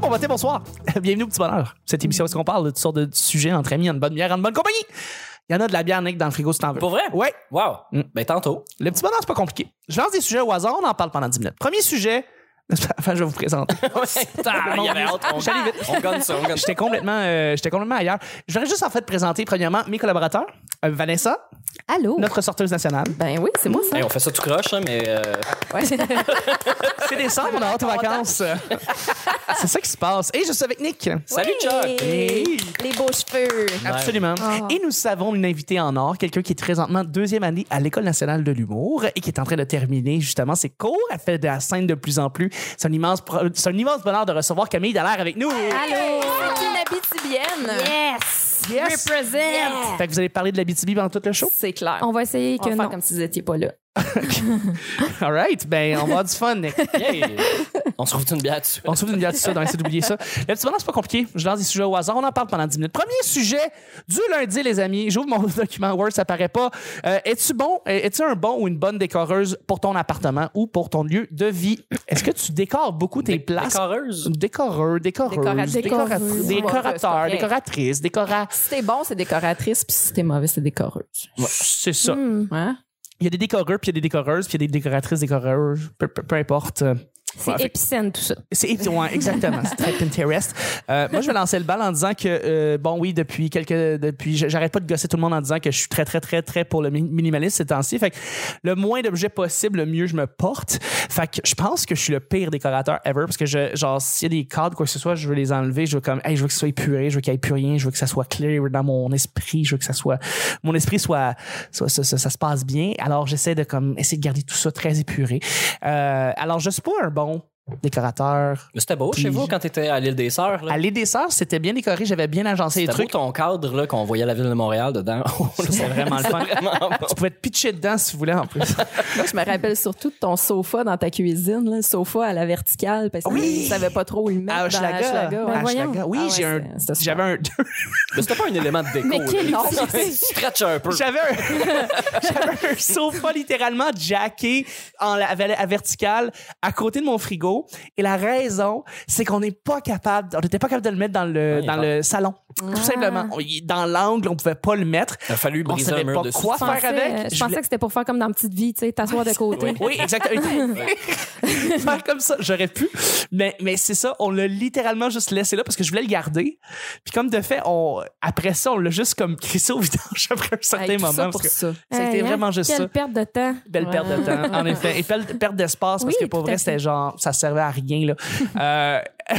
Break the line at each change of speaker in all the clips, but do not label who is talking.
bon matin, bonsoir. Bienvenue au petit bonheur. Cette émission, où est-ce qu'on parle de toutes sortes de sujets entre amis, en bonne bière, en bonne compagnie? Il y en a de la bière, Nick, dans le frigo si t'en veux.
Pour vrai?
Ouais.
Wow.
Mm.
Ben, tantôt.
Le petit bonheur, c'est pas compliqué. Je lance des sujets au hasard, on en parle pendant 10 minutes. Premier sujet, enfin, je vais vous présenter.
Ah, Il y avait hâte. On,
J'allais vite.
on gagne ça, on gagne ça.
J'étais complètement, euh, j'étais complètement ailleurs. Je voudrais juste en fait présenter premièrement mes collaborateurs, Euh, Vanessa,
Allô?
notre sorteuse nationale.
Ben oui, c'est moi ça.
Hey, on fait ça tout croche, hein, mais euh,
Ouais.
C'est décembre, on a hâte aux vacances. c'est ça qui se passe. Et je suis avec Nick.
Salut, Chuck!
Hey.
Les beaux cheveux.
Absolument.
Ah.
Et nous avons une invitée en or, quelqu'un qui est présentement deuxième année à l'École nationale de l'humour et qui est en train de terminer justement ses cours. Elle fait de la scène de plus en plus. C'est un immense, pro- c'est un immense bonheur de recevoir Camille Dallaire avec nous.
Allô? C'est une habitubienne.
Yes!
Yes.
Represent!
Fait que vous allez parler de la BTB pendant tout le show.
C'est clair. On va essayer que
va faire
comme si vous n'étiez pas là.
All right. Ben, on va avoir du fun, Nick.
Hey. On se trouve une bière dessus.
On se trouve une bière de ça, dans essayer d'oublier ça. Le petit bonheur, c'est pas compliqué. Je lance des sujets au hasard. On en parle pendant 10 minutes. Premier sujet du lundi, les amis. J'ouvre mon document Word, ça paraît pas. Euh, es-tu bon, euh, es-tu un bon ou une bonne décoreuse pour ton appartement ou pour ton lieu de vie? Est-ce que tu décores beaucoup tes places?
Décoreuse.
Décoreur, décoreuse,
Décorateur.
décoratrice,
Ouais, c'est pas
décorateur,
rien.
décoratrice, décora.
Si t'es bon, c'est décoratrice, puis si t'es mauvais, c'est décoreuse.
C'est ça.
Hein?
Il y a des décoreurs, puis il y a des décoreuses, puis il y a des décoratrices, décoreurs, peu, peu- peu importe.
C'est
Ouais, fait-
épicène, tout ça.
C'est ouais, exactement. C'est très Pinterest. Euh, moi, je vais lancer le bal en disant que, euh, bon, oui, depuis quelques. depuis j'- J'arrête pas de gosser tout le monde en disant que je suis très, très, très, très pour le mi- minimaliste ces temps-ci. Fait que le moins d'objets possible, le mieux je me porte. Fait que je pense que je suis le pire décorateur ever parce que, je, genre, s'il y a des cadres, quoi que ce soit, je veux les enlever. Je veux comme, hey, je veux que ce soit épuré, je veux qu'il n'y ait plus rien, je veux que ça soit clear dans mon esprit, je veux que ça soit. Mon esprit soit. soit- ça, ça- ça se passe bien. Alors, j'essaie de, comme, essayer de garder tout ça très épuré. Euh, alors, je suis pas un bon décorateur.
Mais c'était beau chez vous quand t'étais à l'île des Sœurs. là?
À l'île des Sœurs, c'était bien décoré, j'avais bien agencé les
C'était beau
trucs.
ton cadre là, qu'on voyait la ville de Montréal dedans.
C'était vraiment le fun. Tu pouvais te pitcher dedans si tu voulais en plus.
Moi, je me rappelle surtout de ton sofa dans ta cuisine, là, le sofa à la verticale, parce que
Oui.
tu savais pas trop où le mettre
À
dans
Hochelaga.
Ben, Hochelaga, ouais.
À Hochelaga.
voyons.
Oui,
Ah ouais,
j'ai un.
c'est- c'était
J'avais un.
Mais c'était pas un élément de déco.
Mais
là.
quel
Non,
outil.
c'est- Scratch un peu.
J'avais un, j'avais un sofa littéralement jacké en la, à la verticale à côté de mon frigo. Et la raison, c'est qu'on n'est pas capable, on n'était pas capable de le mettre dans le,
Ouais,
dans le salon. Tout simplement.
Ah.
On- il- dans l'angle, on pouvait pas le mettre.
Il a fallu
On
briser un
savait
mur
pas
dessus.
quoi faire
pensais, euh,
avec.
je
Je
pensais que c'était pour faire comme dans Petite Vie, tu sais, t'asseoir de côté.
Oui, exactement. Faire comme ça, j'aurais pu. Mais, mais c'est ça, on l'a littéralement juste laissé là parce que je voulais le garder. Puis comme de fait, on, après ça, on l'a juste comme crissé au vidange après un certain
Hey, tout
moment.
ça
parce
pour
que
ça.
ça a été
Hey, hein,
vraiment juste ça.
Quelle perte de temps.
Belle perte de temps, en effet. Et belle perte d'espace parce
Oui,
que pour
tout à
vrai, c'était genre, ça servait à rien, là. Euh,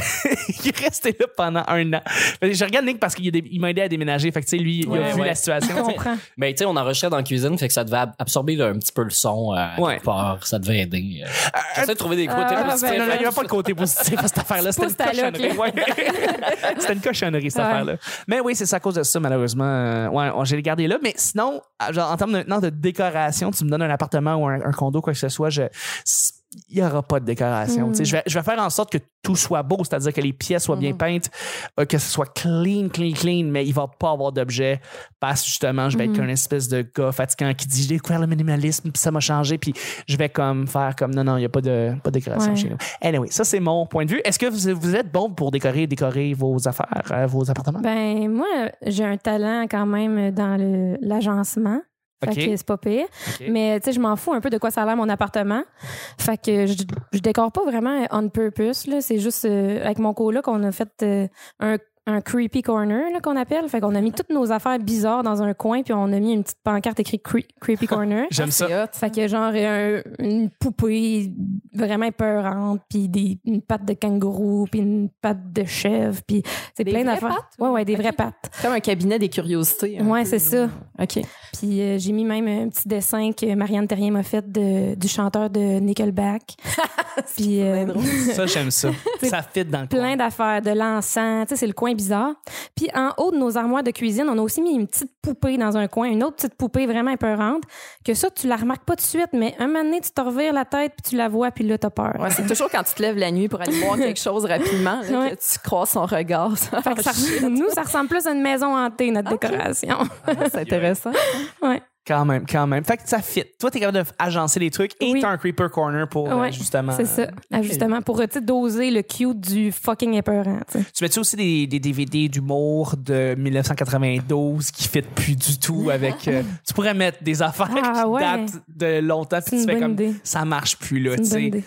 il est resté là pendant un an. Mais Je regarde Nick parce qu'il a dé- il m'a aidé à déménager. Fait que, tu sais, lui, il
Ouais,
a vu
ouais.
la situation.
Je comprends.
Mais tu sais, on enregistrait dans la cuisine, fait que ça devait ab- absorber là, un petit peu le son euh, à
Ouais.
quelque part. Ça devait aider. euh. J'essaie de trouver des côtés
Ah,
positifs.
Non, non,
ben,
non, il n'y avait pas le côté positif à cette affaire-là. C'était une
Pousse ta
cochonnerie.
loque,
Ouais. C'était une cochonnerie, cette
Ouais.
affaire-là. Mais oui, c'est ça, à cause de ça, malheureusement. Euh, Ouais, on- j'ai gardé là. Mais sinon, euh, genre, en termes de, non, de décoration, tu me donnes un appartement ou un, un condo, quoi que ce soit, je. s- Il n'y aura pas de
Mm.
décoration. Tu sais, Je, vais, je vais faire en sorte que tout soit beau, c'est-à-dire que les pièces soient
Mm.
bien peintes, euh, que ce soit clean, clean, clean, mais il ne va pas avoir d'objet parce justement, je vais
Mm.
être un espèce de gars fatigant qui dit j'ai découvert le minimalisme, puis ça m'a changé, puis je vais comme faire comme non, non, il n'y a pas de, pas de décoration
Ouais.
chez nous. Anyway, ça, c'est mon point de vue. Est-ce que vous, vous êtes bon pour décorer décorer vos affaires, euh, vos appartements?
Ben, moi, j'ai un talent quand même dans le- l'agencement. Fait
OK.
que c'est pas pire. Mais tu sais, je m'en fous un peu de quoi ça a l'air mon appartement. Fait que je, je décore pas vraiment on purpose. là. C'est juste euh, avec mon coloc qu'on a fait euh, un, un creepy corner là, qu'on appelle. Fait qu'on a mis toutes nos affaires bizarres dans un coin puis on a mis une petite pancarte écrite cre- creepy corner.
J'aime ça.
C'est hot.
Fait que genre un- une poupée vraiment épeurante, puis des, une patte de kangourou, puis une patte de chèvre, puis c'est
Des
plein
vraies
d'affaires.
pattes?
Ouais, ouais, des
Ok.
vraies pattes.
Comme un cabinet des curiosités. un
Ouais,
peu.
c'est ça.
OK.
Puis euh, j'ai mis même un petit dessin que Marianne Terrien m'a fait de- du chanteur de Nickelback. puis euh,
Ça, j'aime ça. ça fit dans le
plein
coin.
d'affaires, de l'encens, tu sais, c'est le coin bizarre. Puis en haut de nos armoires de cuisine, on a aussi mis une petite poupée dans un coin, une autre petite poupée vraiment épeurante, que ça, tu la remarques pas tout de suite, mais un moment donné, tu te revires la tête, puis tu la vois, puis là, t'as peur.
Ouais, c'est toujours quand tu te lèves la nuit pour aller voir quelque chose rapidement là,
Ouais.
que tu croises son regard. Ça,
Fait que ça- nous, ça ressemble plus à une maison hantée, notre décoration.
c'est intéressant.
Ouais.
Quand même, quand même. Fait que ça fit. Toi, t'es capable d'agencer les trucs et
Oui.
t'as un creeper corner pour, euh,
Ouais,
justement.
C'est ça.
euh,
Ah, Justement, pour tu sais, doser le cute du fucking épeurant. tu sais.
Tu mets-tu aussi des, des DVD d'humour de 1992 qui fit plus du tout avec. euh, tu pourrais mettre des affaires
Ah,
qui
ouais.
datent de longtemps puis
C'est
tu
une
fais
bonne
comme
idée.
ça marche plus là.
C'est une bonne
tu sais.
idée.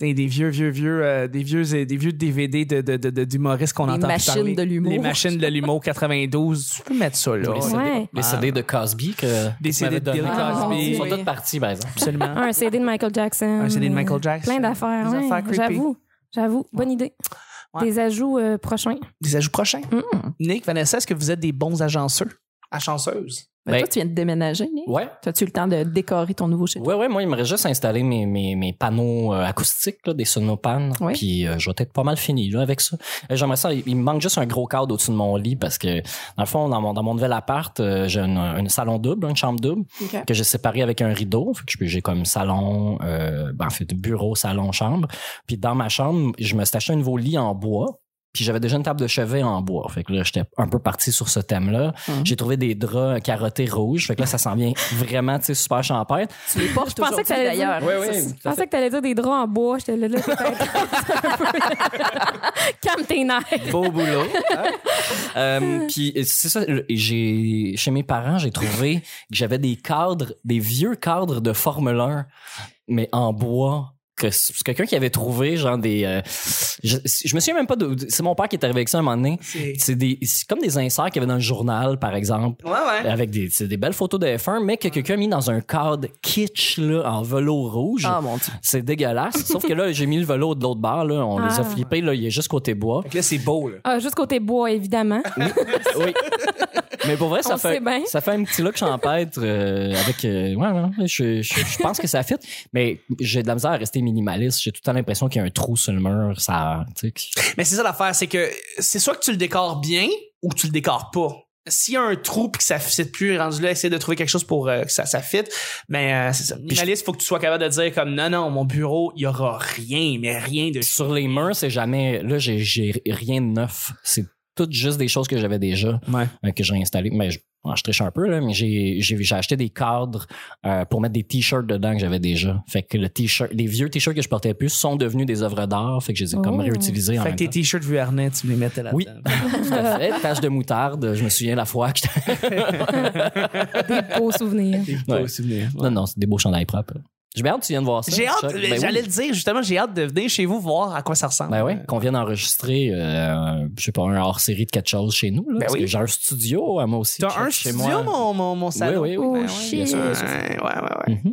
Des, des vieux, vieux, vieux, euh, des vieux, euh, des vieux DVD de, de, de- de- d'humoristes qu'on
Les
entend plus
machines
parler.
de l'humour.
Les machines de l'humour 92. Tu peux mettre ça là.
Les
CD. Ouais.
Les CD de Cosby que.
Des
tu
CD
m'avais
de
donné.
Bill
Ah, mon
Cosby.
Ils sont
Dieu.
toutes parties, par exemple.
Absolument.
Un CD de Michael Jackson.
Un CD de
euh,
Michael Jackson.
Plein d'affaires.
Des
ouais.
affaires creepy.
J'avoue. J'avoue. Bonne idée.
Ouais.
Des ajouts euh, prochains.
Des ajouts prochains.
Mm.
Nick, Vanessa, est-ce que vous êtes des bons agenceux? Agenceuses?
Mais
Ben-
toi, tu viens de déménager, Nick.
Ouais.
As-tu le temps de décorer ton nouveau chez toi?
Ouais, ouais, moi, il me reste juste installer mes, mes, mes panneaux euh, acoustiques, là, des sonopanes.
Ouais.
Puis euh, je vais être pas mal fini là, avec ça. Euh, J'aimerais ça. Il il me manque juste un gros cadre au-dessus de mon lit parce que, dans le fond, dans mon, dans mon nouvel appart, euh, j'ai une- un salon double, une chambre double,
OK.
que j'ai séparé avec un rideau. Fait que je peux- j'ai comme salon, euh, ben, en fait, bureau, salon, chambre. Puis dans ma chambre, je me suis acheté un nouveau lit en bois. Puis j'avais déjà une table de chevet en bois. Fait que là, j'étais un peu parti sur ce thème-là.
Mhm.
J'ai trouvé des draps carottés rouges. Fait que là, ça s'en vient vraiment, tu sais, super champêtre.
Tu les portes
pensais
aujourd'hui,
que t'allais dire-
d'ailleurs.
Ouais,
Ça,
ouais.
c'est-
Je pensais que t'allais dire des draps en bois. J'étais là, là, peut-être. Calme tes nerfs.
Beau boulot. Euh, puis c'est ça, j'ai chez mes parents, j'ai trouvé que j'avais des cadres, des vieux cadres de Formule 1 mais en bois que c'est quelqu'un qui avait trouvé genre des euh, je, je me souviens même pas de c'est mon père qui est arrivé avec ça un moment donné.
C'est.
C'est des c'est comme des inserts qu'il y avait dans le journal par exemple.
Ouais, ouais.
avec des, c'est des belles photos de F1, mais que quelqu'un a mis dans un cadre kitsch là, en velours rouge.
Ah, mon Dieu.
C'est dégueulasse. Sauf que là, j'ai mis le velours de l'autre barre. Là. On les a
Ah.
flippés. Là. Il est juste côté bois.
Fait que là, c'est beau, là.
Ah, juste côté bois, évidemment.
Oui. Mais pour vrai, ça,
On
fait,
sait bien.
ça fait un petit look champêtre euh, avec. euh, ouais, ouais, ouais, je, je- je pense que ça fit. Mais j'ai de la misère à rester minimaliste. J'ai tout le temps l'impression qu'il y a un trou sur le mur. Ça, tu sais,
Mais c'est ça l'affaire, c'est que c'est soit que tu le décores bien ou que tu le décores pas. S'il y a un trou puis que ça fit plus, rendu là, essayer de trouver quelque chose pour euh, que ça, ça fit. Mais euh, c'est ça. Minimaliste, faut que tu sois capable de dire comme non, non, mon bureau, il y aura rien, mais rien de.
sur les murs, c'est jamais. Là, j'ai- j'ai rien de neuf. C'est tout juste des choses que j'avais déjà.
Ouais.
euh, que j'ai installé. Mais je, bon, je triche un peu, là, mais j'ai, j'ai, j'ai acheté des cadres euh, pour mettre des t-shirts dedans que j'avais déjà. Fait que le t-shirt, les vieux t-shirts que je portais plus sont devenus des œuvres d'art. Fait que je les ai comme
Oh.
réutilisés en
Fait que
même
tes
temps.
t-shirts vu harnais, tu les mettais là-dedans.
Oui. Tout à fait. Tache de moutarde. Je me souviens la fois que j'étais.
Des beaux souvenirs.
Des
Ouais.
beaux souvenirs.
Non, non, c'est des beaux chandails propres. J'ai bien hâte que tu viennes voir ça.
J'ai hâte,
Chuck. Ben oui.
j'allais le dire justement, j'ai hâte de venir chez vous voir à quoi ça ressemble.
Ben ouais, qu'on vienne enregistrer, euh, je sais pas, un hors-série de quelque chose chez nous. Là,
Ben
parce
oui.
que j'ai un studio à moi aussi.
T'as
Chuck,
un
chez
studio,
moi.
mon, mon, mon salon. Ben
Oui, oui,
Oh,
oui.
shit.
sûr, bien sûr.
Ouais, ouais, ouais. ouais.
Mhm.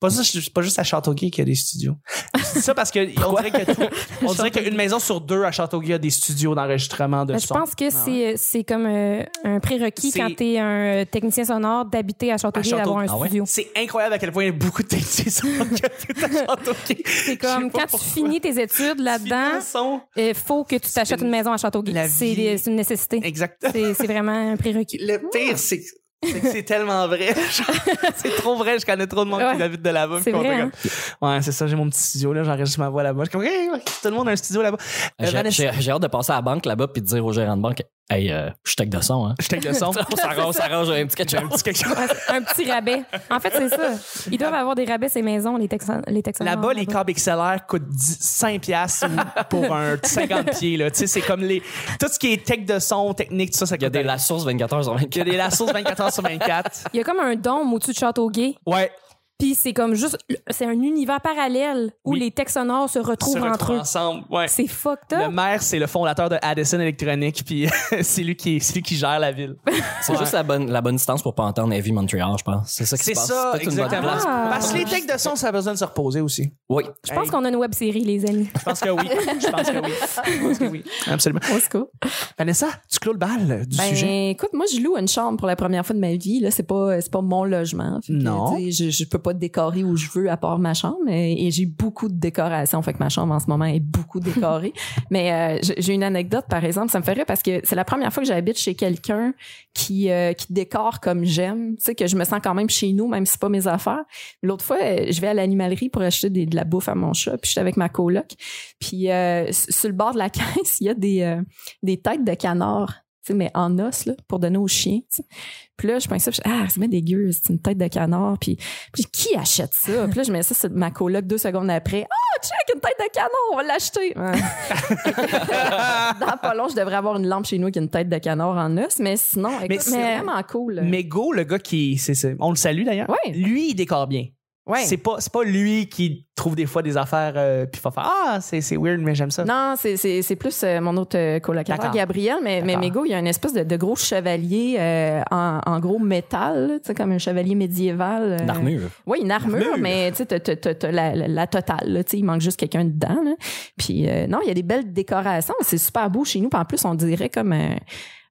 Pas, ça, c'est pas juste à Châteauguay qu'il y a des studios. C'est ça parce que on dirait que tout- on dirait qu'une maison sur deux à Châteauguay a des studios d'enregistrement de
Ben, je
son.
pense que c'est, c'est comme euh, un prérequis
C'est-
quand t'es un euh, technicien sonore d'habiter à Châteauguay
À
et d'avoir un
Château-
Ah ouais?
studio.
C'est incroyable à quel point il y a beaucoup de techniciens sonores qui habitent à Châteauguay.
C'est comme quand tu finis tes études là-dedans, il faut que tu t'achètes
une-
une maison à Châteauguay.
la
C'est,
vie-
c'est une nécessité.
Exact.
C'est, c'est vraiment un prérequis.
Le pire, c'est que c'est que c'est tellement vrai. c'est trop vrai. Je connais trop de monde qui
Ouais.
habite de là-bas.
C'est
puis on
vrai, hein.
fait comme- Ouais, c'est ça. J'ai mon petit studio là. J'enregistre ma voix là-bas. Je suis comme, hey, ouais, tout le monde a un studio là-bas. Euh,
J'ai,
Vanessa-
j'ai- j'ai hâte de passer à la banque là-bas puis de dire au gérant de banque Hey, euh, je suis tech de son, hein.
Je take le son.
On s'arrange, on s'arrange un petit quelque
J'ai un petit quelque chose.
Ouais, c'est un petit rabais. En fait, c'est ça. Ils doivent avoir des rabais ces maisons, les Texans. Les Texans
Là-bas, les câbles XLR coûtent 10 5 piastres ou- pour un 50 pieds. Là. Tu sais, c'est comme les... Tout ce qui est tech de son, technique, tout ça, ça
Il y a
coûte
des
rien.
la source 24 heures sur
Il y a
24.
des lassos 24 heures sur 24.
Il y a comme un dôme au-dessus de Châteauguay,
Ouais.
puis c'est comme juste. C'est un univers parallèle où
Oui.
les tech sonores se retrouvent
se
entre
retrouvent
eux.
ensemble. Ouais.
C'est fucked
Le
up.
maire, c'est le fondateur de Addison Electronic, puis c'est lui, qui, c'est lui qui gère la ville.
C'est juste la bonne, la bonne distance pour pas entendre Heavy Montreal, je pense. C'est ça qui se
C'est
passe.
ça,
peut-être une bonne
exactement.
place.
Ah.
Parce que les techs de son, ça a besoin de se reposer aussi.
Oui.
Je pense
Hey.
qu'on a une web série, les amis.
Je pense que oui. Je pense que oui. Je pense que oui. Absolument.
Au secours.
Vanessa, tu clôt le bal du
Ben,
sujet.
écoute, moi, je loue une chambre pour la première fois de ma vie. Là, c'est pas, c'est pas mon logement. Fait que,
Non.
tu sais, Je, je peux pas décorer où je veux à part ma chambre. Et, et j'ai beaucoup de décorations. Fait que ma chambre, en ce moment, est beaucoup décorée. Mais euh, j'ai- j'ai une anecdote, par exemple. Ça me ferait parce que c'est la première fois que j'habite chez quelqu'un qui, euh, qui décore comme j'aime. Tu sais, que je me sens quand même chez nous, même si c'est pas mes affaires. L'autre fois, euh, je vais à l'animalerie pour acheter des- de la bouffe à mon chat. Puis je suis avec ma coloc. Puis euh, s- sur le bord de la caisse, il y a des, euh, des têtes de canard tu sais, mais en os, là, pour donner aux chiens. tu sais. Puis là, je pensais, je- ah, c'est bien dégueu, c'est une tête de canard. Puis, puis qui achète ça? Puis là, je mets ça sur ma coloc deux secondes après. Ah, check, une tête de canard, on va l'acheter. Ouais. Dans pas long, je devrais avoir une lampe chez nous qui a une tête de canard en os, mais sinon, écoute,
Mais
c'est
c'est-
vraiment cool.
Mego, le gars qui. c'est- c'est- on le salue d'ailleurs.
Ouais.
Lui, il décore bien.
Ouais.
C'est pas, c'est pas lui qui trouve des fois des affaires euh, puis il va faire Ah, c'est c'est weird, mais j'aime ça.
Non, c'est- c'est c'est plus euh, mon autre euh, colocataire,
D'accord.
Gabriel, mais, mais
D'accord.
Mégo, il y a une espèce de, de gros chevalier euh, en, en gros métal, là, tu sais, comme un chevalier médiéval. euh,
D'armure.
Oui, une armure,
Armure.
mais tu sais, t'as- t'as- t'as- t'as la, la- la totale. là, tu sais, il manque juste quelqu'un dedans. là. Puis euh, non, il y a des belles décorations. C'est super beau chez nous. Puis en plus, on dirait comme un,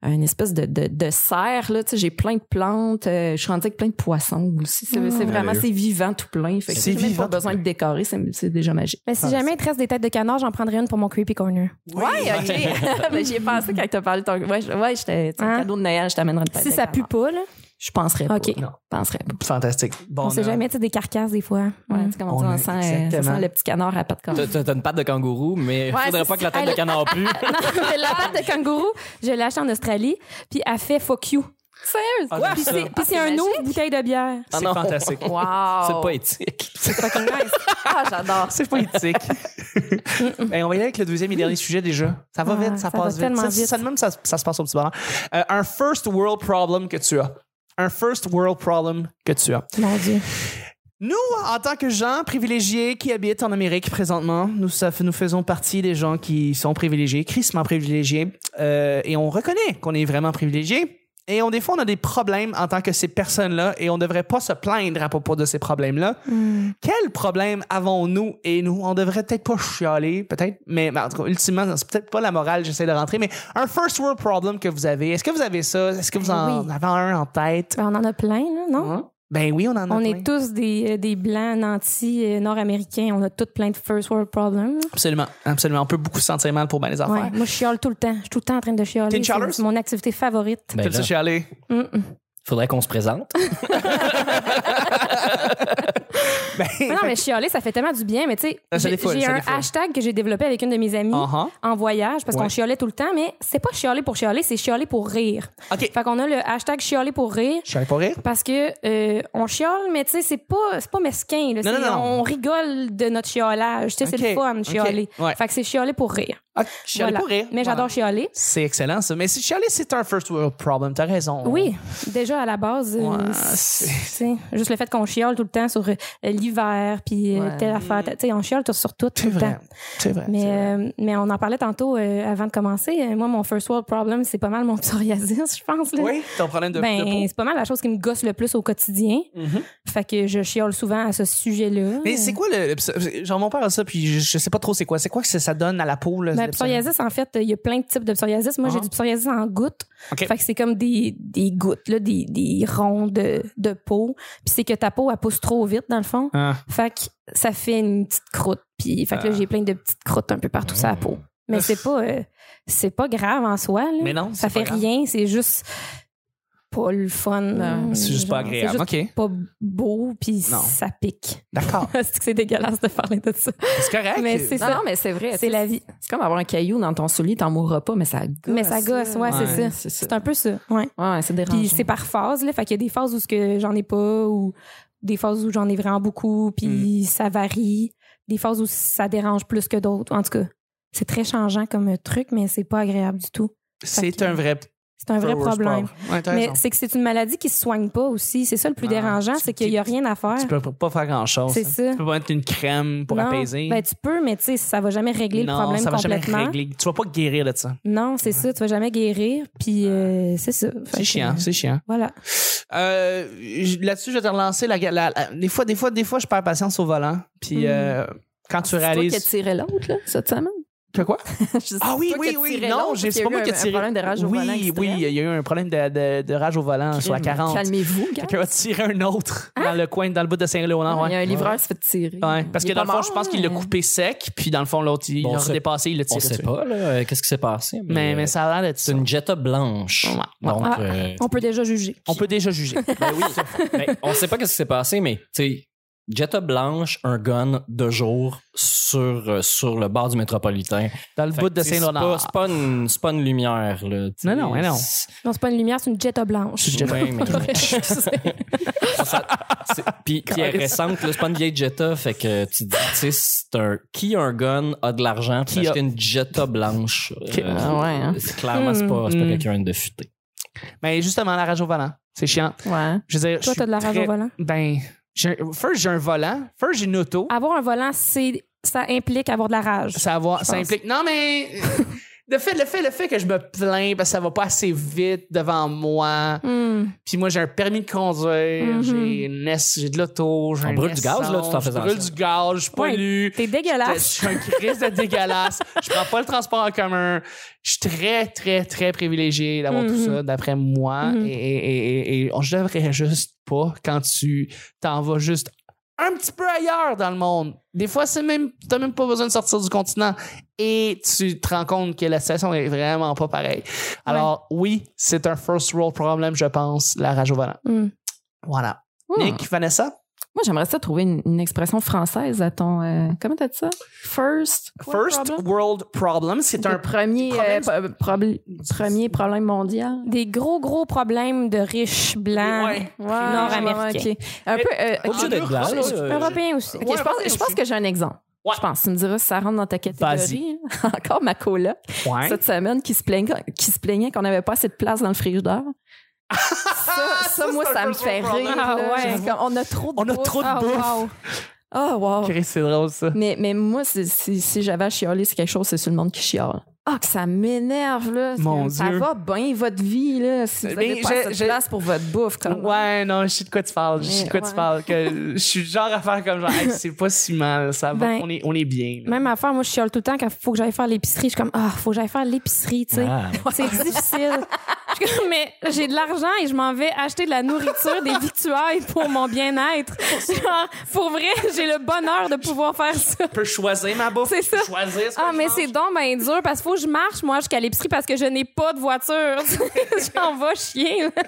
une espèce de, de, de serre. là, tu sais, J'ai plein de plantes. euh, je suis rendue avec plein de poissons aussi. C'est c'est vraiment
Merveilleux.
c'est vivant tout plein. Fait que
C'est
j'ai même
vivant
pas
tout
besoin de décorer. C'est c'est déjà magique.
Mais si
Ah,
jamais il te reste des têtes de canard, j'en prendrais une pour mon creepy corner.
Oui,
Ouais, Ah, OK. ben, J'y ai pensé quand t'as parlé de ton. Ouais, je- ouais j'étais. c'est un
Hein?
cadeau de Noël, je t'amènerai le
Si ça pue pas, là,
Oh
Je penserais pas.
Ok.
Je penserais pas.
Fantastique. Bon,
on sait
euh,
jamais, tu sais, des carcasses des fois.
Ouais,
Ouais.
tu sais, comme on,
On
dit,
a-
on sent, euh, ça
exactement.
sent le petit canard à pas de canard.
T'as- T'as t'as une patte de kangourou, mais
Ouais,
faudrait
c'est
pas que la tête
ça.
de canard pue.
la pâte de kangourou, je l'ai achetée en Australie, puis elle fait fuck you.
Sérieuse?
Ah, j'aime
Puis
ça.
c'est puis c'est
Ah, c'est
un
magique.
ouvre bouteille de bière.
Ah
C'est
non.
fantastique.
Wow.
Oh.
C'est pas éthique.
Ah, j'adore.
C'est politique. Ben, on va y aller avec le deuxième et dernier sujet déjà. Ça va
Ah,
vite, ça,
ça
passe
va
vite.
tellement
Ça,
vite.
ça de même, ça, ça se passe au petit bonheur. Euh, un first world problem que tu as. Un first world problem que tu as.
Mon Dieu.
Nous, en tant que gens privilégiés qui habitent en Amérique présentement, nous, ça fait- nous faisons partie des gens qui sont privilégiés, crissement privilégiés, euh, et on reconnaît qu'on est vraiment privilégiés. Et on, des fois, on a des problèmes en tant que ces personnes-là, et on ne devrait pas se plaindre à propos de ces problèmes-là.
Mm.
Quel problème avons-nous et nous? On devrait peut-être pas chialer, peut-être, mais mais en tout cas, ultimement, c'est peut-être pas la morale, j'essaie de rentrer, mais un first world problem que vous avez, est-ce que vous avez ça? Est-ce que vous en
Ben Oui.
avez un en tête?
Ben, on en a plein, là, non?
Ben oui, on en a
On
plein.
est tous des, euh, des blancs nantis euh, nord-américains. On a tous plein de first world problems.
Absolument, absolument. On peut beaucoup se sentir mal pour bien les
Ouais.
affaires.
Moi, je chiale tout le temps. Je suis tout le temps en train de
T'es
chialer.
une chialeuse?
C'est mon activité favorite.
Ben
T'aimes ça
là,
chialer?
Mm, mm.
faudrait qu'on se présente.
Ben,
Mais Ah non, mais chialer, ça fait tellement du bien. Mais tu sais,
Ah, ça
j'ai
des fois,
j'ai
ça
un
des fois.
hashtag que j'ai développé avec une de mes amies
Uh-huh.
en voyage parce
Ouais.
qu'on chialait tout le temps, mais c'est pas chialer pour chialer, c'est chialer pour rire.
OK.
Fait qu'on a le hashtag chialer pour rire.
Chialer pour rire?
Parce que euh, on chiale, mais tu sais, c'est pas, c'est pas mesquin. là.
Non,
C'est-
non, non.
On rigole de notre chiolage. Tu sais,
Ok,
c'est le fun de
ok,
chialer.
ouais.
Fait que c'est chialer pour rire.
Ah, chialer
Voilà.
pour rire.
Mais
Voilà.
j'adore chialer.
C'est excellent, ça. Mais si chialer, c'est un first world problem. T'as raison.
Oui, déjà à la base, euh,
Ouais, c'est-
c'est- c'est juste le fait qu'on chiale tout le temps sur euh, l'hiver, puis euh,
Ouais.
telle affaire. Tu sais, on chiale tout- sur tout tout
C'est
le temps.
vrai. C'est vrai.
Mais,
Ah, c'est vrai.
euh, mais on en parlait tantôt euh, avant de commencer. Euh, Moi, mon first world problem, c'est pas mal mon psoriasis, je pense. Là.
oui, ton problème de, de
Ben,
peau.
c'est pas mal la chose qui me gosse le plus au quotidien.
Mhm.
Fait que je chiale souvent à ce sujet-là.
Mais c'est quoi le, le- Genre, mon père a ça, puis je, je sais pas trop c'est quoi. C'est quoi que ça- ça donne à la peau? Là,
Ben,
le-
psoriasis, en fait, il y a plein de types de psoriasis. Moi,
Ah.
j'ai du psoriasis en gouttes.
OK.
Fait que c'est comme des, des gouttes, là, des, des ronds de, de peau. Puis c'est que ta peau, elle pousse trop vite, dans le fond.
Ah.
Fait que ça fait une petite croûte. Puis, fait que
Euh.
là, j'ai plein de petites croûtes un peu partout sur la
Oh.
peau. Mais
Ouf.
c'est pas, euh, c'est pas grave en soi. là.
Mais non,
ça
c'est pas
fait
grave.
rien. C'est juste pas le fun. Euh,
Non,
C'est juste pas
Genre,
agréable.
C'est juste
OK.
pas beau, puis
Non.
ça pique.
D'accord.
c'est que c'est dégueulasse de parler de ça.
C'est correct.
Mais c'est
Non,
ça.
non, mais c'est vrai.
C'est la vie.
C'est comme avoir un caillou dans ton soulier, t'en mourras pas, mais ça gosse.
Mais ça gosse, ouais, c'est ça.
C'est
C'est un peu ça. Ouais.
ça. Ouais, c'est dérangeant.
Puis c'est par phase, là. Fait qu'il y a des phases où ce que j'en ai pas, ou des phases où j'en ai vraiment beaucoup,
Mm.
puis ça varie. Des phases où ça dérange plus que d'autres. En tout cas, c'est très changeant comme truc, mais c'est pas agréable du tout.
C'est
Fait que-
un vrai,
C'est un vrai
first
problème.
Ouais, t'as
Mais
raison.
c'est que c'est une maladie qui se soigne pas aussi. C'est ça le plus
Ah,
dérangeant,
tu-
c'est qu'il y a rien à faire.
Tu peux pas faire grand-chose.
C'est
hein.
ça.
Tu peux pas mettre une crème pour
Non.
apaiser.
Ben, tu peux, mais tu sais, ça va jamais régler
non,
le problème
ça va jamais
complètement.
régler. Tu vas pas guérir de ça.
Non, c'est ça, tu vas jamais guérir. Puis euh, c'est ça. Fait
C'est
que,
chiant,
euh,
c'est chiant.
Voilà.
Euh, j- là-dessus, je vais te relancer. La, la- la- des fois, des fois, des fois, je perds patience au volant. Puis euh, quand tu
Mm. C'est toi qui as
réalises
tiré l'autre, là, cette semaine?
que quoi
Je sais,
Ah oui,
c'est toi
oui,
qui as
oui.
tiré
Non,
l'autre,
j'ai-
puis
c'est
il y
pas
a
moi
eu
qui ai
un
tiré.
problème de rage au
oui,
volant extrême.
oui, il y a eu un problème de, de- de rage au volant sur la 40.
Calmez-vous, gars.
Quelqu'un a tiré un autre dans le coin, dans le bout de Saint-Léonard.
Il y a
Ouais.
un livreur qui se fait tirer.
Ouais, parce
Hein? Il
que
est
dans le
pas
fond,
mort,
je pense qu'il l'a
mais-
coupé sec, puis dans le fond, l'autre, il
Bon,
l'a
c'est-
redépassé, il l'a
On
tiré.
sait
dessus.
pas, là, euh, qu'est-ce qui s'est passé.
Mais, mais
euh,
ça a l'air d'être
C'est
ça.
une jetta blanche.
Ouais.
Donc,
Ah,
euh,
On peut déjà juger.
On peut déjà juger.
ben oui. Ben, on sait pas qu'est-ce qui s'est passé, mais tu sais, Jetta blanche, un gun de jour sur, euh, sur le bord du métropolitain.
Dans le
Fait
bout
que,
de
tu sais, c'est pas-
Saint-Laurent.
C'est pas, une- c'est pas une lumière, là. tu
Non, non,
sais.
non.
Non, c'est pas une lumière, c'est une jetta blanche.
C'est une Jetta.
Ouais, mais- Ça- c'est- Puis, puis elle est récente, là, c'est pas une vieille Jetta, fait que tu te dis, tu sais, c'est un, qui a un gun a de l'argent pour
Qui a-
acheter une Jetta blanche. Euh,
Ah ouais, hein.
c'est- Clairement, c'est pas, c'est pas
Mm.
quelqu'un de futé.
Mais Ben, justement, la rage au volant, c'est chiant.
Ouais.
Je veux dire,
Toi,
je
t'as de la
suis
rage
très-
au volant?
Ben, j'ai- first, j'ai un volant. First, j'ai une auto.
Avoir un volant, c'est ça implique avoir de la rage.
Ça, va- ça
pense.
implique. Non, mais. Le fait, le, fait, le fait que je me plains parce que ça va pas assez vite devant moi.
Hmm.
Puis moi, j'ai un permis de conduire.
Mhm.
J'ai une S- j'ai de l'auto. j'ai
On
un
brûle du gaz, là,
essence,
tout en faisant
Je brûle
ça.
du gaz, je pollue.
T'es
Je
dégueulasse.
suis un crise de dégueulasse. Je prends pas le transport en commun. Je suis très, très, très privilégié d'avoir tout
Mm-hmm.
ça, d'après moi.
Mhm.
Et, et- et- et on- je devrais juste pas quand tu t'en vas juste un petit peu ailleurs dans le monde. Des fois, c'est même, t'as même pas besoin de sortir du continent et tu te rends compte que la situation est vraiment pas pareille. Alors, oui, c'est un first world problem, je pense, la rage au volant.
Hmm.
Voilà.
Hmm.
Nick, Vanessa?
Moi, j'aimerais ça trouver une, une expression française à ton. euh, comment t'as dit ça? First. quoi,
First
problem?
world problem, c'est
Le
un
premier, euh,
problème-
pro- probl- premier problème mondial.
Des gros, gros problèmes de riches blancs.
Ouais.
Ouais,
Nord-américain.
ouais, ok. Un peu. euh,
Pas obligé
en
d'être
Europe,
blanc, là,
c'est-
euh,
Européens aussi.
ok,
ouais,
je, pense, je pense que j'ai un exemple.
Ouais.
Je pense. Tu me diras si ça rentre dans ta catégorie. hein. Encore ma coloc
Ouais.
cette semaine qui se plaignait, qui se plaignait qu'on n'avait pas assez de place dans le frigidaire. ça, ça,
Ça,
moi,
c'est un
ça me
gros
fait
problème.
rire.
Ah,
là.
ouais.
Genre, comme, on a trop de
On a
bouffe.
trop de
Ah,
bouffe.
wow.
Ah, wow.
Chris, c'est drôle, ça.
Mais, mais moi, c'est- si, si j'avais à chialer, c'est quelque chose, c'est sur le monde qui chiale. Ah, que ça m'énerve, là. C'est
Mon
comme, ça
Dieu.
va bien, votre vie, là. Si vous
Mais
avez pas
j'ai-
assez
j'ai-
de place pour votre bouffe, comme.
Ouais, non, je sais de quoi tu parles. Je sais de quoi tu
Ouais.
parles. Que je suis genre à faire comme genre, Hey, c'est pas si mal, ça va,
Ben,
on, est, on est bien. là.
Même affaire, moi, je chiale tout le temps quand faut que j'aille faire l'épicerie. Je suis comme, ah, faut que j'aille faire l'épicerie, tu sais.
Ah.
C'est difficile. Je suis comme, mais j'ai de l'argent et je m'en vais acheter de la nourriture, des victuailles pour mon bien-être. Genre, pour vrai, j'ai le bonheur de pouvoir faire ça.
Je peux choisir ma bouffe.
C'est
je peux
ça.
Choisir ce que
Ah,
je
mais
mange.
c'est donc ben dur parce qu'il faut que je marche, moi, jusqu'à l'épicerie parce que je n'ai pas de voiture. J'en vais chier. là.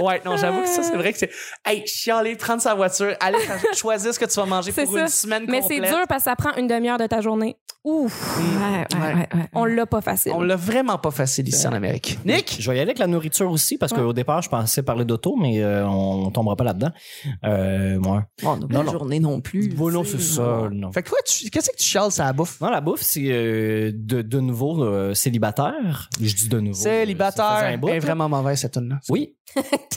Ouais, non, j'avoue que ça, c'est vrai que c'est. Hey, chialer, prendre sa voiture, aller choisir ce que tu vas manger
C'est
pour
ça.
une semaine
Mais c'est
complète.
dur parce que ça prend une demi-heure de ta journée. Ouf,
Ouais, ouais, ouais, ouais, ouais.
on l'a pas facile.
On l'a vraiment pas facile ici en Amérique. Nick?
Je vais y aller avec la nourriture aussi, parce qu'au départ, je pensais parler d'auto, mais euh, on tombera pas là-dedans. Euh, ouais.
On n'a
Non,
pas de
non.
journée non plus.
Bon, non,
tu sais.
c'est ça. Non.
Fait que toi, tu- qu'est-ce que tu chiales, c'est la bouffe?
Non, la bouffe, c'est euh, de, de nouveau euh, célibataire. Je dis de nouveau. euh, ça faisait
Célibataire.
un bout,
Elle est
là.
vraiment mauvaise, cette tune là
Oui.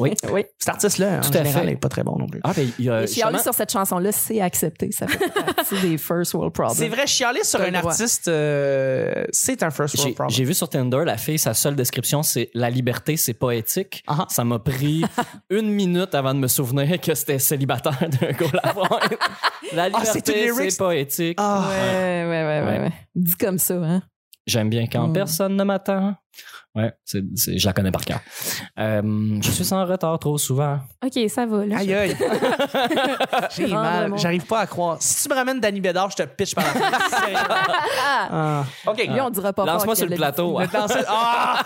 oui.
Oui.
Cet artiste-là, en
Tout à
général,
fait.
est pas très bon non plus.
Ah, ben, il y a.
Et chialer
justement-
sur cette chanson-là, c'est accepté. Ça fait partie des first world problems.
C'est vrai, chialer sur
Ah, ben, T'as
un
le droit.
artiste, euh, c'est un first world
J'ai-
problem.
J'ai vu sur Tinder, la fille, sa seule description, c'est la liberté, c'est poétique.
Ah.
Ça m'a pris une minute avant de me souvenir que c'était célibataire d'un gars Lavoine. La
Ah, c'est
liberté,
une lyrics.
c'est poétique.
Ah.
Ouais, ouais, ouais, ouais, ouais. Dit comme ça, hein.
J'aime bien quand
Mm.
personne ne m'attend. Ouais, c'est- c'est- je la connais par cœur. Euh, je suis en retard trop souvent.
OK, ça va. Là.
Aïe, aïe. J'ai
Rendre le
mal.
monde.
J'arrive pas à croire. Si tu me ramènes Danny Bédard, je te pitch par la face. Sérieux. Ah. OK.
Lui, on dira pas
Lance-moi
fort
sur
qu'il
le
l'a dit.
plateau.
Le danseur- Ah!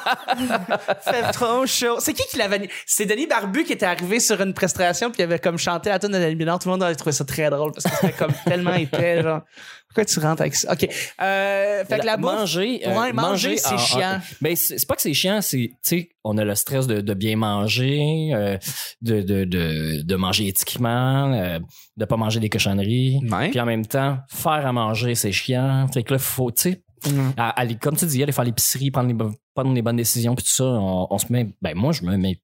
Fait trop chaud. C'est qui qui l'avait. C'est Denis Barbu qui était arrivé sur une prestation puis il avait comme chanté la tune de Danny Bédard. Tout le monde avait trouvé ça très drôle parce que c'était comme tellement épais. Genre, pourquoi tu rentres avec ça? OK. Euh, fait que la bouffe.
manger,
Ouais, manger, c'est
en- en-
chiant.
Ben, c'est c'est pas que c'est chiant, c'est, tu sais, on a le stress de, de bien manger, euh, de, de, de, de manger éthiquement, euh, de pas manger des cochonneries.
Ouais.
Puis en même temps, faire à manger, c'est chiant. Fait que là, faut, tu sais,
Mm.
à- aller, comme tu dis, aller faire l'épicerie, prendre les, bo- prendre les bonnes décisions, puis tout ça, on, on se met, ben, moi, je me mets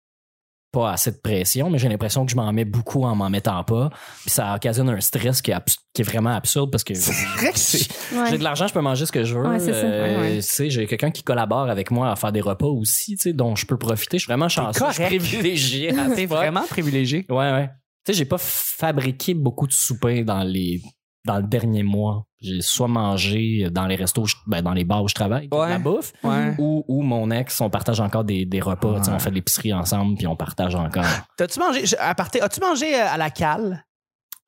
pas assez de pression, mais j'ai l'impression que je m'en mets beaucoup en m'en mettant pas. Puis ça occasionne un stress qui est, abs- qui est vraiment absurde parce que
vrai que c'est-
Ouais.
j'ai de l'argent, je peux manger ce que je veux.
Ouais, c'est ça.
Euh,
Ouais, ouais.
tu sais, J'ai quelqu'un qui collabore avec moi à faire des repas aussi, tu sais, dont je peux profiter. Je suis vraiment chanceux. Je suis
correct.
privilégié. à
T'es
ce point.
vraiment privilégié.
Ouais, ouais. Tu sais, j'ai pas fabriqué beaucoup de soupers dans les dans le dernier mois. J'ai soit mangé dans les restos, où je- ben, dans les bars où je travaille, de
Ouais.
la bouffe,
Ouais.
ou, ou mon ex, on partage encore des, des repas. Tu sais, on fait de l'épicerie ensemble, puis on partage encore.
T'as-tu mangé, je- à parté- as-tu mangé euh, à la cale?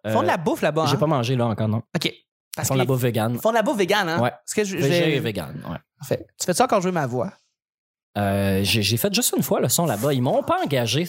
Ils font de
Euh,
la bouffe là-bas.
J'ai
hein?
pas mangé là encore, non.
OK.
Ils
Parce
font de la
qu'ils-
bouffe vegan.
Ils font de la bouffe vegan, hein?
Ouais.
Parce que je, je-
Végé et vegan, ouais.
Parfait. Tu fais ça quand je veux ma voix?
Euh, j'ai j'ai fait juste une fois le son là-bas. Ils m'ont pas engagé.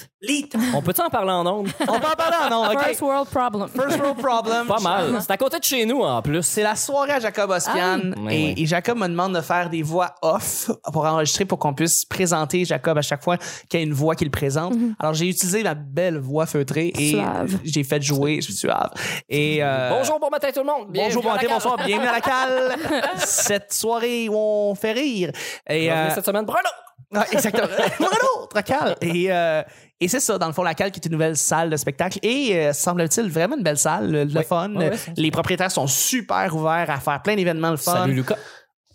On peut-tu en parler en ondes?
On va en parler en
Ah,
ondes, OK?
First world problem.
First world problem.
Pas mal. C'est à côté de chez nous, en plus.
C'est la soirée à Jacob Ospian
Ah oui.
et,
Oui, oui.
et Jacob me demande de faire des voix off pour enregistrer pour qu'on puisse présenter Jacob à chaque fois qu'il y a une voix qu'il présente. Alors j'ai utilisé ma belle voix feutrée et
Mhm. Suave.
j'ai fait jouer suave. Et euh,
Bonjour, bon matin tout le monde.
Bonjour, bon matin, bonsoir, bienvenue à la cale. Cette soirée où on fait rire. Et, euh,
cette semaine, Bruno!
Ouais, exactement. Bruno, très calme. Et, euh, et c'est ça, dans le fond, la cale qui est une nouvelle salle de spectacle. Et euh, semble-t-il, vraiment une belle salle, le, le fun.
ouais, ouais.
Les propriétaires sont super ouverts à faire plein d'événements, le fun.
Salut Lucas.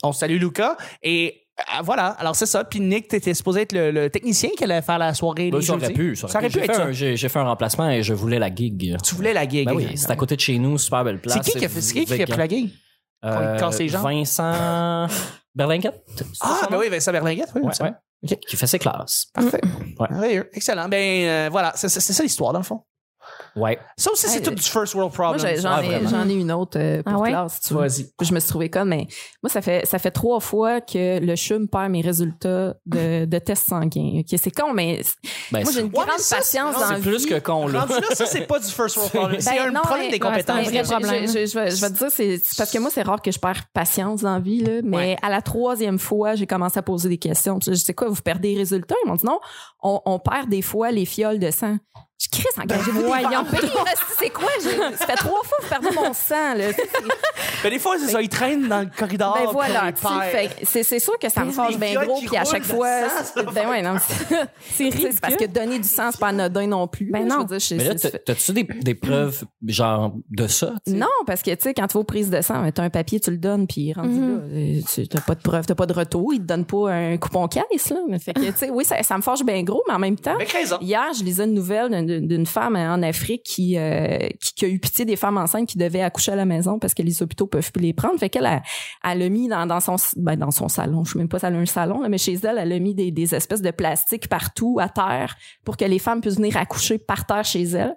On salue Lucas. Et euh, voilà, alors c'est ça. Puis Nick, t'étais supposé être le, le technicien qui allait faire la soirée.
Ben,
les
ça aurait
jeudis.
pu. ça aurait
Ça aurait
pu.
pu
J'ai
être
fait
ça.
un- J'ai j'ai fait un remplacement et je voulais la gig.
Tu voulais la gig.
Ben oui,
hein.
c'est à côté de chez nous, super belle place.
C'est qui qui a fait, c'est qui qui a
vegan.
fait la gig?
Euh,
Quand c'est Jean?
Vincent Berlinguet.
Ah, ben oui, Vincent Berlinguet. Oui,
Ouais,
ça.
ouais. Qui fait ses classes.
Parfait.
Ouais.
Merveilleux. Excellent. Ben euh, voilà, c'est c'est- c'est ça l'histoire, dans le fond.
Ouais.
Ça aussi, c'est
Hey,
tout du first world
Moi,
problem.
j'ai- j'en
Ouais,
ai,
vraiment.
j'en ai une autre euh, pour
Ah ouais?
classe, si tu veux.
Vas-y.
Je me suis trouvée comme, mais moi, ça fait, ça fait trois fois que le CHUM perd mes résultats de, de tests sanguins. OK, c'est con, mais c'est-
Ben,
moi, j'ai
c'est
une
Ouais, mais ça,
grande
c'est-
patience
non,
dans
c'est
la
plus
vie.
que con, là.
Rendu là, ça, c'est pas du first world problem. C'est
Ben,
un
non,
problème
mais-
des
ouais,
compétences.
c'est un vrai
Je-
problème.
Je, je- je vais- je vais te dire, c'est c'est parce que moi, c'est rare que je perds patience dans la vie, là, mais
Ouais.
à la troisième fois, j'ai commencé à poser des questions. Puis Je sais quoi, vous perdez des résultats? Ils m'ont dit non, on, on perd des fois les fioles de sang. Je crie, engagez-vous des
voyons
vampires, là, C'est quoi? Je- ça fait trois fois que vous perdez mon sang. Là.
Ben, des fois, c'est ça, ils traînent dans le corridor.
Ben
puis
voilà,
ils
tu sais,
perdent.
fait que c'est c'est sûr que ça me
Les
fâche bien
fioles
gros,
qui
puis à
roulent
chaque
de
fois,
sang, ça
c'est- ben ouais, non, c'est-
C'est
tu sais, c'est parce que
ridicule.
donner du sang, c'est pas anodin non plus.
Ben
là, je
non.
veux dire, je-
Mais là,
c'est-
t'as- t'as-tu des, des preuves, genre, de ça? tu sais?
Non, parce que, tu sais, quand tu vas aux prises de sang, tu as un papier, tu le donnes, puis rendu
Mhm.
là, euh, tu n'as pas de preuve, tu n'as pas de retour, ils te donnent pas un coupon caisse, là. Mais Fait que, tu sais, oui, ça, ça me forge bien gros, mais en même temps,
Avec raison.
hier, je lisais une nouvelle d'une- d'une femme en Afrique qui, euh, qui, qui a eu pitié des femmes enceintes qui devaient accoucher à la maison parce que les hôpitaux peuvent plus les prendre. Fait qu'elle, elle elle a mis dans, dans son, ben, dans son salon, je sais même pas si elle a un salon, là, mais chez elle, elle a mis des, des espèces de plastique partout, à terre, pour que les femmes puissent venir accoucher par terre chez elles.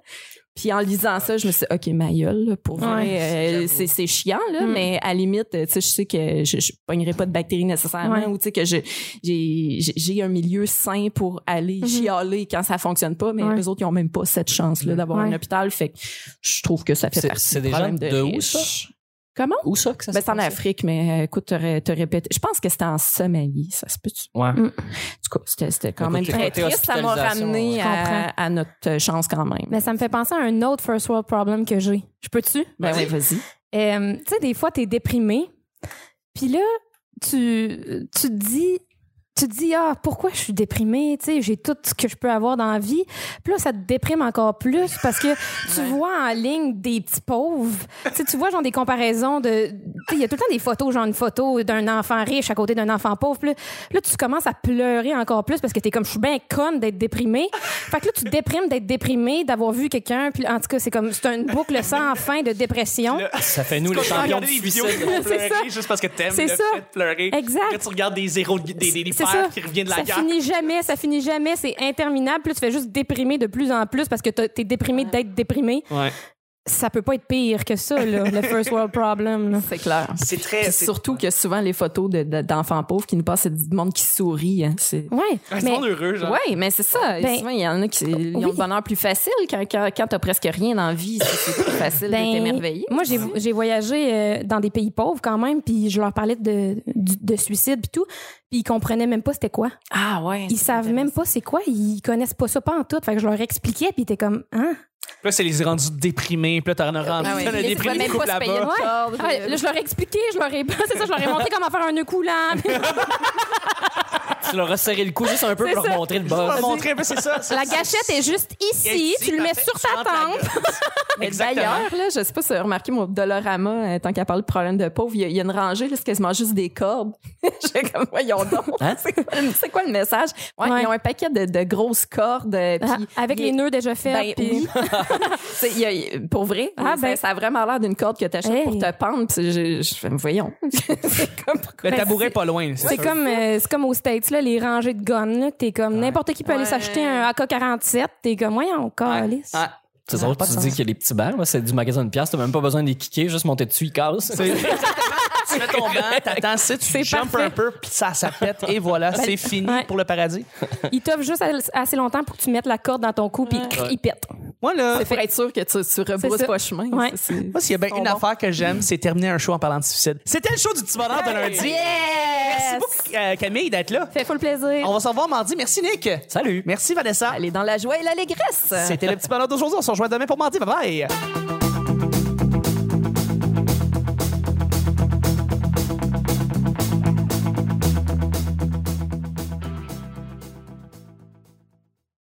Puis en lisant ça, je me suis dit, OK, ma gueule, là, pour vrai,
Ouais,
euh,
j'avoue.
c'est c'est chiant, là,
Mm.
mais à la limite, euh, tu sais, je sais que je, je pognerai pas de bactéries nécessairement
Ouais.
ou tu sais que je- j'ai j'ai- j'ai un milieu sain pour aller
Mhm.
chialer quand ça fonctionne pas, mais
Ouais.
eux autres, ils ont même pas cette chance-là d'avoir
Ouais.
un hôpital. Fait que je trouve que ça fait
C'est-
partie
c'est
du
des gens
problème
de où,
riches.
ça?
Comment?
Où ça que ça
Ben,
se
c'est en
passe?
Afrique, mais euh, écoute, t'aurais t'aurais pété. Je pense que c'était en Somalie, ça se peut-tu?
Ouais.
Mm.
En tout cas, c'était- c'était quand
Écoute,
même
les
très
côtés
triste. Ça m'a
hospitalisation,
ramené
ouais.
à, à notre euh, chance quand même.
Mais ça me fait penser à un autre first world problem que j'ai. Je peux-tu?
ben oui, vas-y.
Euh, tu sais, des fois, t'es déprimé. Puis là, tu, tu te dis, tu te dis, ah, pourquoi je suis déprimée? Tu sais, j'ai tout ce que je peux avoir dans la vie. Puis là, ça te déprime encore plus parce que tu vois en ligne des petits pauvres. Tu sais, tu vois, genre, des comparaisons de. Tu sais, il y a tout le temps des photos, genre, une photo d'un enfant riche à côté d'un enfant pauvre. Puis là, là, tu commences à pleurer encore plus parce que t'es comme, je suis bien conne d'être déprimée. Fait que là, tu te déprimes d'être déprimée, d'avoir vu quelqu'un. Puis en tout cas, c'est comme, c'est une boucle sans fin de dépression.
Ça fait nous les
Quand tu
champions
regardes
de
des vidéos qui
suicide.
font
C'est
pleurer juste parce que t'aimes
C'est
le
ça.
fait de pleurer.
Exact.
Quand tu regardes des héros, des, des, des
C'est
pères
ça.
qui reviennent de la
ça
guerre.
finit jamais, ça finit jamais, c'est interminable. Puis là, tu fais juste déprimer de plus en plus parce que t'as- t'es déprimé d'être déprimé.
Ouais.
Ça peut pas être pire que ça, là, le first world problem. là.
C'est clair.
C'est très.
Puis
C'est
surtout que souvent, les photos de- de- d'enfants pauvres qui nous passent, c'est du monde qui sourit. Hein. C'est-
Ouais,
un
mais
monde Ah, heureux, genre.
Oui, mais c'est ça.
Ben,
Souvent, il y en a qui ils ont
oui.
le bonheur plus facile quand, quand, quand t'as presque rien dans la vie. C'est c'est plus facile
Ben,
de t'émerveiller.
moi, j'ai, j'ai voyagé euh, dans des pays pauvres quand même, puis je leur parlais de, du- de suicide puis tout, puis ils comprenaient même pas c'était quoi.
Ah ouais.
Ils savent même pas c'est quoi, ils connaissent pas ça pas en tout. Fait que je leur expliquais, puis ils étaient comme, hein?
Puis là, c'est les rendus déprimés. Puis là, t'en as rendu.
Ah ouais.
T'en as
Ils
déprimé
veulent
le
même
couple
pas se payer
là-bas.
une
Ah, là, je leur ai expliqué, je leur ai, c'est ça, je leur ai montré comment faire un nœud coulant.
Tu leur as serré le cou juste un peu
C'est
pour leur
ça.
montrer le
Je vais
boss.
leur montrer un peu, c'est ça. c'est-
La gâchette est juste ici,
c'est-
tu le mets
parfait,
sur
tu
ta
rentres la
tempe.
gueule.
Mais
Exactement.
D'ailleurs, là, je sais pas si vous avez remarqué, mon Dolorama, euh, tant qu'à parler de problème de pauvre, il y, a- il y a une rangée, là, c'est quasiment juste des cordes. J'ai comme, voyons donc.
Hein?
C'est quoi le- C'est quoi le message? Ouais,
Ouais.
Ils ont un paquet de, de grosses cordes. euh,
Ah,
puis
avec
il-
les nœuds déjà faits.
Ben
puis-
oui. C'est- il y a- pour vrai,
Ah,
ça-
ben-
ça, a vraiment l'air d'une corde que t'achètes
Hey.
pour te pendre. puis je, je fais, voyons. c'est comme pourquoi-
Le tabouret est pas loin.
C'est
sûr.
comme, euh, c'est comme aux States, là, les rangées de guns. là. T'es comme, n'importe qui peut aller
Ouais.
s'acheter un AK-47. T'es comme, voyons, calice.
Ah,
C'est drôle, tu dis qu'il y a des petits balles. C'est du magasin de pièces. T'as même pas besoin de les kicker, juste monter dessus, ils cassent.
c'est- tu tu mets ton gant, t'attends ça, tu
C'est
jumpes
parfait. Ben,
un peu, puis ça, ça pète, et voilà, c'est fini
ouais.
pour le paradis.
Il t'offre juste assez longtemps pour que tu mettes la corde dans ton cou puis il pète.
Moi, là,
C'est pour être sûr que tu, tu rebrousses
ça.
pas chemin.
Ouais.
C'est- c'est-
moi, s'il y a bien une
Bon.
affaire que j'aime, c'est terminer un show en parlant de suicide. C'était le show du petit bonheur de lundi. Merci beaucoup, euh, Camille, d'être là.
Fait full plaisir.
On va se revoir mardi. Merci, Nick.
Salut!
Merci, Vanessa.
Aller dans la joie et l'allégresse.
C'était le petit bonheur d'aujourd'hui. On se rejoint demain pour mardi. Bye bye.